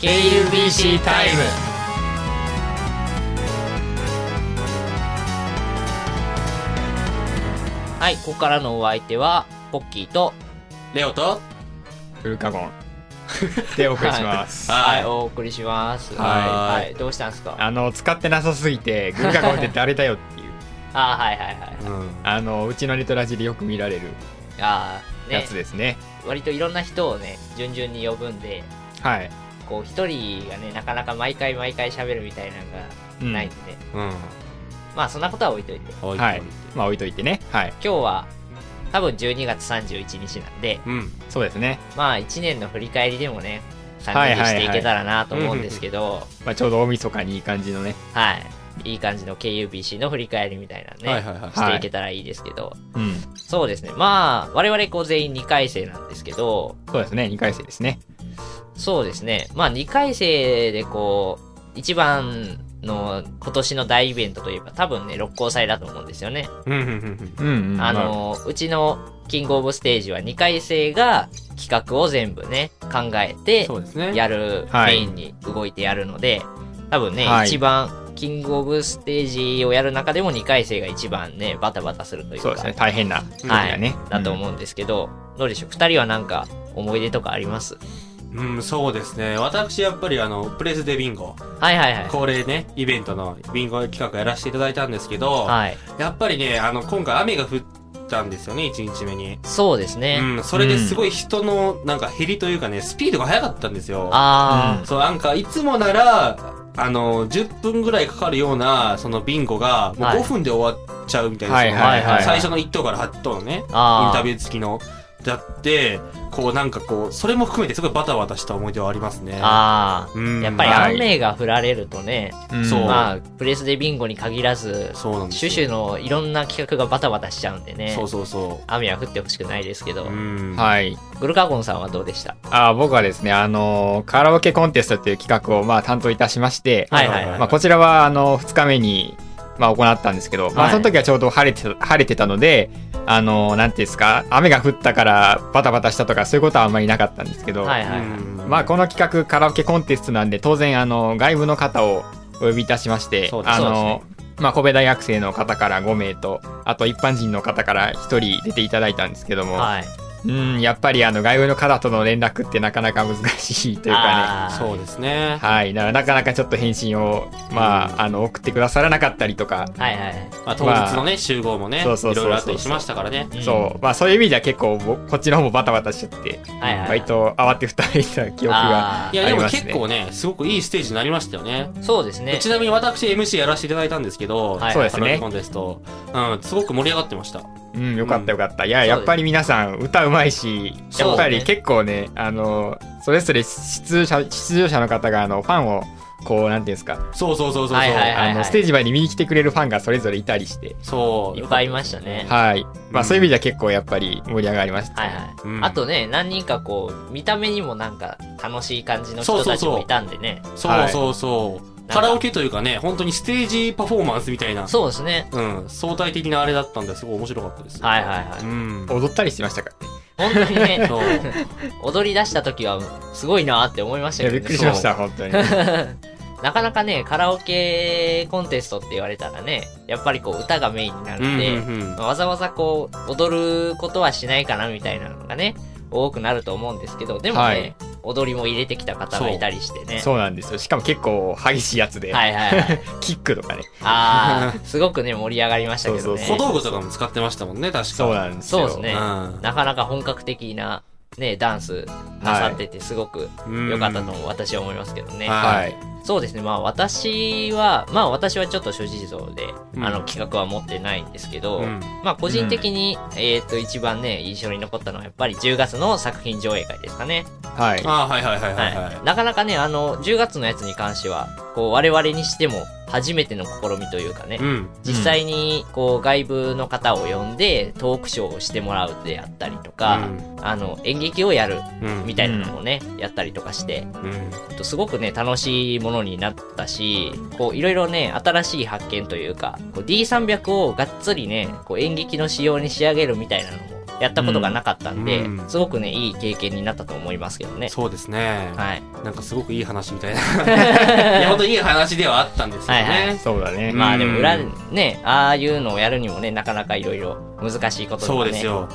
KUBC タイムはいここからのお相手はポッキーとレオとウルカゴ ンでお送りします、ははいいお送りしますははいいどうしたんですかあの使ってなさすぎてグルカゴンって誰だよっていう あはいはいはいうんあのうちのリトラジでよく見られるあーやねつですね割といろんな人をね順々に呼ぶんではい、こう一人がねなかなか毎回毎回喋るみたいなのうがんないんで、うんまあそんなことは置いといておいはいまあ置いといてねはい今日は多分12月31日なんでうんそうですね、まあ1年の振り返りでもね参はい人はいではいしていけたらなと思うんですけどまあ、ちょうど大晦日にいい感じのねはい、い、い感じの KUBC の振り返りみたいなのね、はいはいはいしていけたらいいですけど、うんそうですねまあ我々こう全員2回生なんですけどそうですね2回生ですねそうですねまあ2回生でこう一番の今年の大イベントといえば多分ね六甲祭だと思うんですよねうんうんうんうんうん、あの、うちのキングオブステージは2回生が企画を全部ね、考えうんてそうですねやる、はいメインに動いてやるので、多分ね、はい一番、キングオブステージをやる中でも2回生が一番ね、バタバタするというか、そうですね大変な時はいがね、だと思うんですけど、どうでしょう ?2 人はなんか思い出とかありますうんそうですね私やっぱりあのプレスでビンゴはいはいはい。恒例ねイベントのビンゴ企画やらせていただいたんですけどはい。やっぱりねあの今回雨が降ったんですよね1日目にそうですね。うんそれですごい人のなんか減りというかねスピードが速かったんですよあそう、なんか、いつもなら、あの、10分ぐらいかかるような、そのビンゴが、もうはい5分で終わっちゃうみたいな、はいそのはいはいはい最初の1頭から8頭のね、ー、あイーンタビュー付きの、だって、こうなんかこう、それも含めてすごいバタバタした思い出はありますね。あーうんやっぱりあはい雨が降られるとね、うんそうまあ、プレスでビンゴに限らず、そうなんですシュシよ。ュのいろんな企画がバタバタしちゃうんでね。そうそうそ雨は降ってほしくないですけど、う。うん。はいグルカゴンさんはどうでしたあ僕はですね、あのカラオケコンテストという企画を、まあ、担当いたしまして、はいはいはいまあ、こちらは、あの、2日目に、まあ、行ったんですけど、まはあ、いその時はちょうど晴れて、晴れてたので、あの、なんていうんですか、雨が降ったからバタバタしたとか、そういうことはあんまりなかったんですけど、はいはいはい。うんまあ、この企画、カラオケコンテストなんで、当然、あの、外部の方をお呼びいたしまして、そうですあそうの、まあ、神戸大学生の方から5名と、あと一般人の方から1人出ていただいたんですけども、はい。うん、やっぱりあの外部の方との連絡ってなかなか難しいというかね。あーそうです ね。はい。だからなかなかちょっと返信を、まあ、あの、送ってくださらなかったりとか、はいはい。まあ、当日のね、集合もね、いそうそろういそうそうろあったりしましたからね。うんそう、まあそういう意味では結構ぼ、こっちの方もバタバタしちゃって、はいはい割と慌てふためいた記憶が。あいーや、でもありますね結構ね、すごくいいステージになりましたよね。そうですねち。なみに私 MC やらせていただいたんですけど、はいそうですねカラオケコンテスト。うん、すごく盛り上がってました。うん、よかったよかった。いそうや、ですやっぱり皆さん歌うまいし、やっそぱうねり結構ね、あの、それぞれ出場者、出場者の方が、あの、ファンを、こう、なんていうんですか、そうそうそうそうそう。はいはいはいあの、ステージ前に見に来てくれるファンがそれぞれいたりして、そう。いっぱいいましたね。はい。まうんあそういう意味では結構やっぱり盛り上がりました。はいはい、うんあとね、何人かこう、見た目にもなんか楽しい感じの人たちもいたんでね。そうそうそう。カラオケというかね、本当にステージパフォーマンスみたいな、そうですね。うん、相対的なあれだったんですごい面白かったです。はいはいはうい。ん。踊ったりしてましたからね本当にね、 そう。踊り出した時は、すごいなーって思いましいたやけど、びね、っくりしました本当になかなかね、カラオケコンテストって言われたらね、やっぱりこう歌がメインになるうんで、んうんわざわざこう、踊ることはしないかなみたいなのがね、多くなると思うんですけど、でもね、はい踊りも入れてきた方がいたりしてね。そうなんですよしかも結構激しいやつで、はいはい はい。キックとかねあー、すごくね、盛り上がりましたけどね。そう小道具とかも使ってましたもんね、確か。そうなんですよそうですねうんなかなか本格的な、ね、ダンスなさってて、すごく良かったと私は思いますけどね。ははいそうですね、まあ私は、まあ私はちょっと諸事情で、うんあの企画は持ってないんですけど、うんまあ個人的に、えっ、と一番ね、印象に残ったのはやっぱり10月の作品上映会ですかね。はいああ、はいはいはいはいははいい。。なかなかね、あの、10月のやつに関しては、こう我々にしても初めての試みというかね、うん。実際にこう外部の方を呼んでトークショーをしてもらうであったりとか、あの演劇をやるうん。みたいなのをね、やったりとかして、うん。えっとすごくね、楽しいものになったし、こう、いろいろね、新しい発見というか、こう D300 をがっつりね、こう、演劇の仕様に仕上げるみたいなのも、やったことがなかったんで、うんすごくね、いい経験になったと思いますけどね。そうですね。はい。なんかすごくいい話みた いな。いや、本当にいい話ではあったんですよね。はいはそうだね。まあでも裏でうんね、ああいうのをやるにもね、なかなかいろいろ難しいこととかね。そうですよ。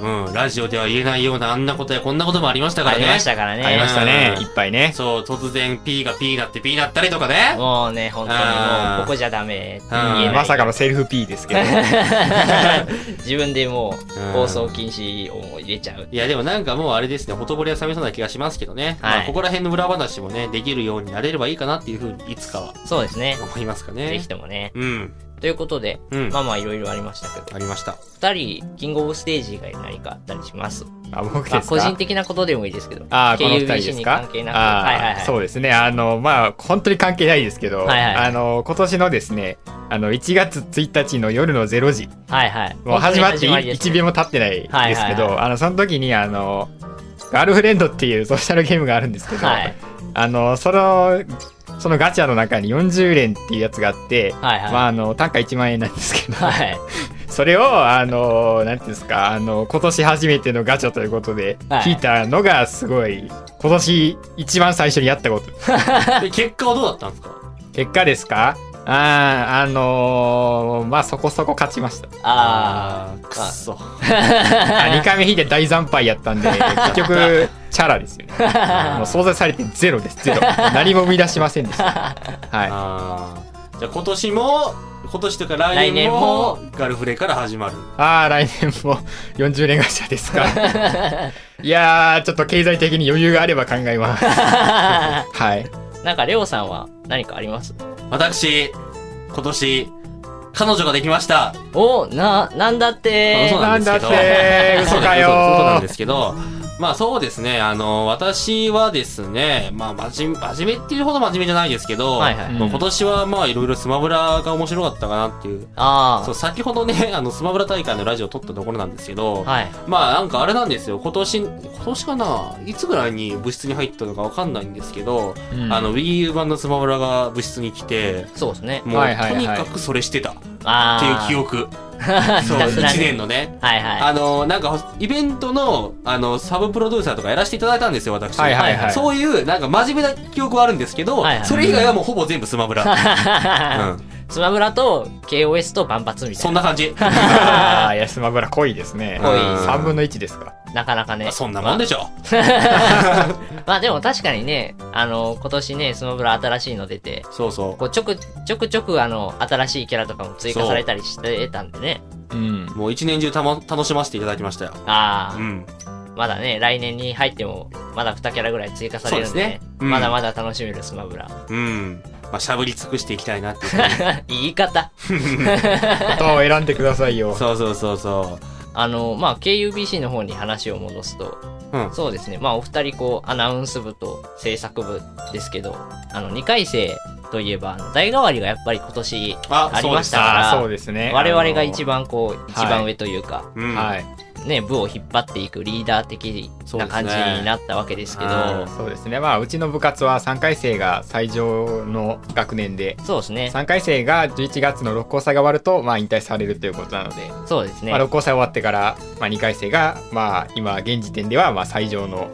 うん、ラジオでは言えないようなあんなことやこんなこともありましたからあね。りましたからありまね。したね。うんいっぱいね。そう、突然 P が P になって P になったりとかね。もうね、本当にもあーう、ここじゃダメって言うんえない。まさかのセルフ P ですけど。 自分でもううん放送禁止音を入れちゃう。いや、でもなんかもうあれですね、ほとぼりは冷めそうな気がしますけどね。はいまあ、ここら辺の裏話もね、できるようになれればいいかなっていうふうに、いつかはそうですね。思いますかね。ぜひともね。うん。ということで、うん。まあまあいろいろありましたけど、ありま した。二人、キングオブステージ以外に何かあったりしますあ、僕ですまあか個人的なことでもいいですけど。あーこの二人 KUBC ですにか関係なく。あはーいはいはい。そうですね。あの、まあ、本当に関係ないですけど、はいはいあの、今年のですね、あの、1月1日の夜の0時、はいはい。もう始まって本当に始まりです1秒も経ってないですけど、はいはいはいあの、その時に、あの、ガールフレンドっていうソーシャルゲームがあるんですけど、はい。あの、その、そのガチャの中に40連っていうやつがあって、はいはい。まあ、あの、単価1万円なんですけど、はい。それを、あの、なんていうんですか、あの、今年初めてのガチャということで、はい引いたのがすごい、今年一番最初にやったこと。で、結果はどうだったんですか結果ですかあーあのーまあそこそこ勝ち ました。ああー、くっそ。あ2回目引いて大惨敗やったんで、結局、チャラです よね。もう想像されてゼロです、ゼロ。何も生み出しませんでした。はあーじゃあ今年も、今年というか来来年年もも、ガルフレから始まる。い。ああ、来年も40年会社ですか。 いやー、ちょっと経済的に余裕があれば考えます。あ。はい。 なんか、レオさんは何かあります私、今年、彼女ができました。おな、なんだって嘘なんですけどなんだって嘘かよそうなんですけど、まあそうですね、あの、私はですね、まあ真面目、真面目っていうほど真面目じゃないですけど、はいはい。うんまあ今年はまあいろいろスマブラが面白かったかなっていう。あそう、先ほどね、あ の、スマブラ大会のラジオ撮ったところなんですけど、あ。はい。まあなんかあれなんですよ、今年、今年かないつぐらいに部室に入ったのかわかんないんですけど、あ の、Wii U 版のスマブラが部室に来て、そうですね。もう、はいはいはいとにかくそれしてたっていうああ。記いう記憶。憶 そう、1年。のね。はいはい。あの、なんか、イベントの、あの、サブプロデューサーとかやらせていただいたんですよ、私。はいはいはいそういう、なんか、真面目な記憶はあるんですけど、はいはいそれ以外はもうほぼ全部スマブ ラ。うん。スマブラと KOS と万発みたそいんな。な感じ。ああ、安間村濃いですね。濃い3分の1ですか。なかなかね。そんなもんでしょ。まあでも確かにね、あの、今年ね、スマブラ新しいの出て、そうそこうちょく、ちょくちょくあの、新しいキャラとかも追加されたりしてたんでね。うん。う。もう一年中たま、楽しませていただきましたよ。ああ、うん。まだね、来年に入っても、まだ2キャラぐらい追加されるんで、ねそうですねうんまだまだ楽しめるスマブラ。うん。まあ、しゃぶり尽くしていきたいなっていう。言い方。音を選んでくださいよ。そうそうそうそあの、まあ、KUBC の方に話を戻すと、うんそうですね、まあ、お二人、こう、アナウンス部と制作部ですけど、あの、2回生といえば、あの代替わりがやっぱり今年、あありましたからああ、そうですね。我々が一番。番こう、一番上というか、う。うん。はい。ね、部を引っ張っていくリーダー的な感じそうですねになったわけですけど、うんそうですね。まあ、うちの部活は3回生が最上の学年で、そうですね、 3回生が11月の六甲祭が終わると、まあ、引退されるということなので、そうですねまあ、。六甲祭終わってから、まあ、2回生が、まあ、今、現時点では、まあ、最上の、はい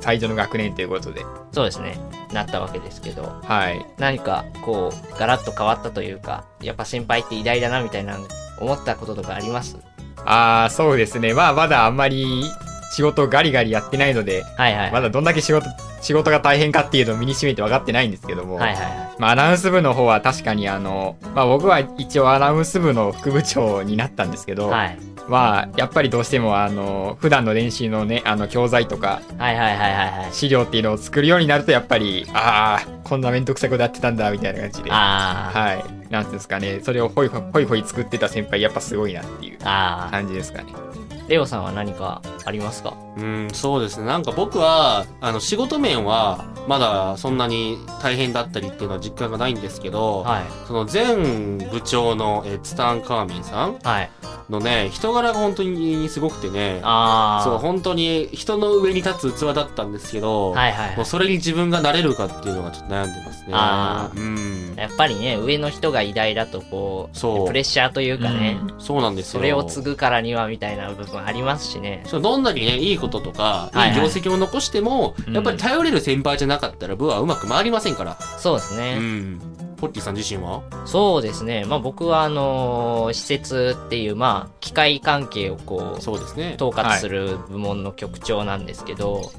最上の学年ということで、そうですね。なったわけですけど、はい。何かこう、ガラッと変わったというか、やっぱ先輩って偉大だなみたいな思ったこととかありますああ、そうですね。まあ、まだあんまり仕事をガリガリやってないので、はいはい。まだどんだけ仕事、仕事が大変かっていうのを身に染みて分かってないんですけども、はいはいはい。まあ、アナウンス部の方は確かにあの、まあ、僕は一応アナウンス部の副部長になったんですけど、はい。まあ、やっぱりどうしてもあの、普段の練習のね、あの、教材とかはいはいはいはいはい。資料っていうのを作るようになると、やっぱり、ああ、こんなめんどくさいことやってたんだ、みたいな感じで。あー。はい。なんていうんですかね、それをほいほいほいほい作ってた先輩、やっぱすごいなっていうあ感じですかね。ー。レオさんは何かありますかうん、そうですね。なんか僕は、あの、仕事面は、まだそんなに大変だったりっていうのは実感がないんですけど、はい。その前部長の、えーツタンカーメンさんはい。のね、人柄が本当にすごくてね、ああ。そう、本当に人の上に立つ器だったんですけど、はいはいもはうい。それに自分がなれるかっていうのがちょっと悩んでますね。あうん。やっぱりね、上の人が偉大だとこう、そうプレッシャーというかね、うんそうなんですよ。それを継ぐからにはみたいな部分ありますしね。そうどんだけね、いいこととか、はいいいはい業績を残しても、うんやっぱり頼れる先輩じゃなかったら部はうまく回りませんから。そうですうね。ん。ポッキーさん自身はそうですね。まあ僕はあのー施設っていう、まあ、機械関係をこう、そうですね。統括する部門の局長なんですけど、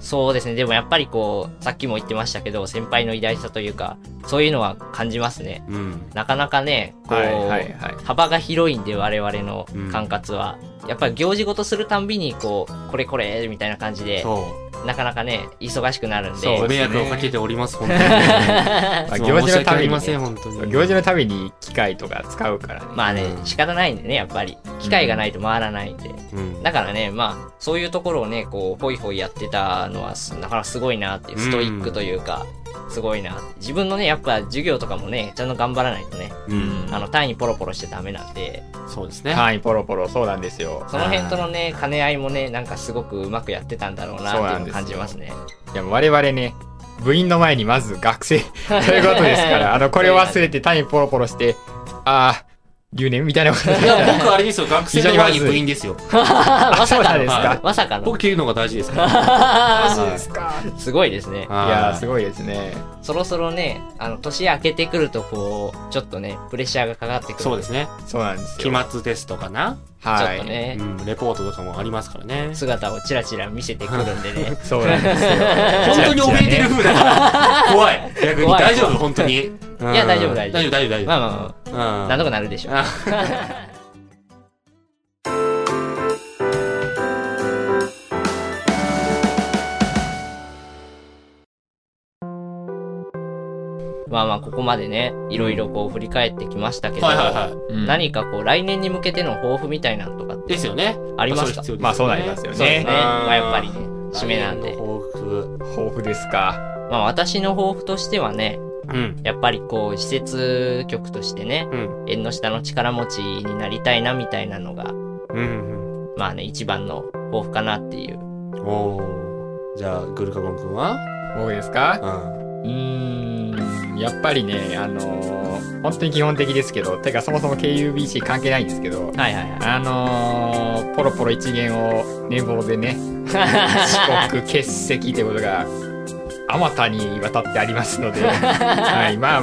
そうですね。でもやっぱりこう、さっきも言ってましたけど、先輩の偉大さというか、そういうのは感じますね。うん。なかなかね、こう、はいはいはい。幅が広いんで我々の管轄は、やっぱり行事ごとするたんびにこうこれこれみたいな感じでそう。なかなかね忙しくなるんそうでごです迷ね惑をかけております、本当 にね。まあいつも行申事しの訳たあめりにまねせん、本当に。行事のために機械とか使うからね。まあねうん仕方ないんでねやっぱり機会がないと回らないんで、うん。だからねまあそういうところをねこうホイホイやってたのはすなかなかすごいなっていうストイックというか、すごいなって自分のねやっぱ授業とかもねちゃんと頑張らないとねうん。あの単位ポロポロしてダメなんでそうですね。単位ポロポロ、そうなんですよ。その辺とのね兼ね合いもねなんかすごくうまくやってたんだろうなっていうのを感じますねいや、もう我々ね、部員の前にまず学生ということです から、あの、これを忘れて単位ポロポロして、ああ、留年みたいなこといで。や、僕あれですよ、学生の前に部員ですよ。あ、そうなんですはか。まさかの僕切るのが大事ですから。マジですか。すごいですね。いやー、すごい。ごいですね。そろそろね、あの、年明けてくると、こう、ちょっとね、プレッシャーがかかってくる。そうですね。そうなんです期よ。末テストかな。ちょはっとい。ねう、ん。レポートとかもありますからね。姿をチラチラ見せてくるんでね。 そうなんですよ。本当に怯えてる風だから。怖い。逆に。怖い大丈夫本当に。いいや大丈夫大丈夫大丈夫、大丈夫。まあまあまあ、あなんとかなるでしょう。 まあまあ、ここまでね、いろいろこう振り返ってきましたけど、はいはいはうん何かこう、来年に向けての抱負みたいなのとかっい。てですよね。ありますか必要ですよねまあそうなりますよそうですね。ね。まあやっぱりね、締めなん来で年。の抱負。豊富ですか。まあ私の抱負としてはね、うん。やっぱりこう、施設局としてね、うん。縁の下の力持ちになりたいなみたいなのが、うん。まあね、一番の抱負かなっていう。ううんおー。じゃあ、グルカゴン君は豊富ですかうん。うーん、やっぱりね、あのー本当に基本的ですけど、てかそもそも KUBC 関係ないんですけはど、い はいあのーポロポロ一元を寝坊でね、遅刻欠席ということが、あまたにわたってありますので、はい、まあ、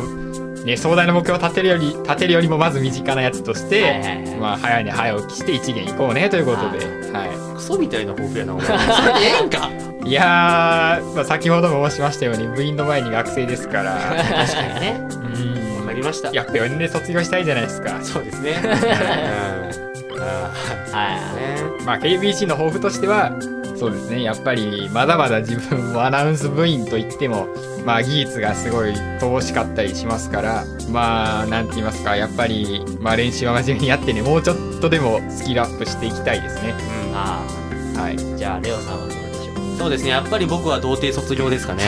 ね、壮大な目標を立てるより、立てるよりもまず身近なやつとして、はいはいはいまあ、早寝早起きして一元行こうねということで、はクソみたいな抱負やな、お前。それでええんか。い。いやー、まあ、先ほども申しましたように、部員の前に学生ですから、確かにね。うんわかりました。やっぱ4年で卒業したいじゃないですか。 そうですね。うん。ああ。はい。ね。まあ、KBC の抱負としては、そうですね、やっぱり、まだまだ自分もアナウンス部員といっても、まあ、技術がすごい乏しかったりしますから、まあ、なんて言いますか、やっぱり、まあ、練習は真面目にやってね、もうちょっとでもスキルアップしていきたいですね。うんあはい。あ、じゃあ、レオさんはどうでしょそうですね。やっぱり僕は童貞卒業ですかね。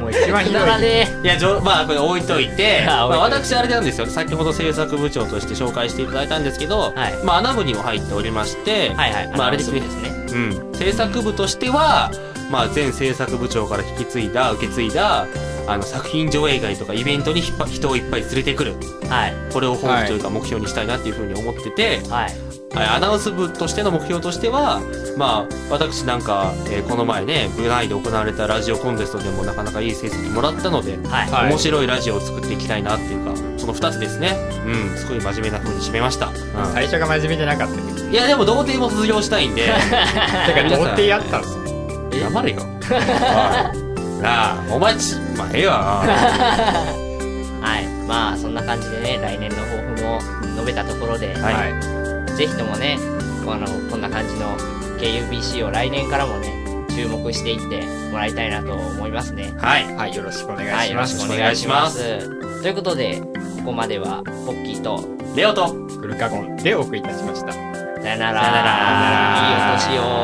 もう一番う。ひどい。ね。、いや、じょまあ、これ置いといてまああ、置いといて私、あれなんですよ。先ほど制作部長として紹介していただいたんですけど、はいまあ、穴部にも入っておりまして、はいはい。まああれですねですね。うん。制作部としては、まあ、前制作部長から引き継いだ、受け継いだ、あの、作品上映会とかイベントに引っ張人をいっぱい連れてくる。はい。これを抱負というか目標にしたいなっていうふうに思ってて、はい。はいアナウンス部としての目標としては、まあ、私なんか、えーこの前ね、部内で行われたラジオコンテストでもなかなかいい成績もらったので、はい。はい面白いラジオを作っていきたいなっていうかその2つですねうんすごい真面目な風に締めました、うん最初が真面目じゃなかったけど。いやでも童貞も卒業したいんでてか、童貞やったんですよ。黙れよ はいなあお待ちまあええ わはい。まあ、そんな感じでね、来年の抱負も述べたところで、はいい。ぜひともね、この、こんな感じの KUBC を来年からもね、注目していってもらいたいなと思いますね。はいはい、よろしくお願はいい、しよまろす。しくお願いします。ということで、ここまでは、ポッキーと、レオとグルカゴンでお送りいたしました。さよなら。さよならいいお年を。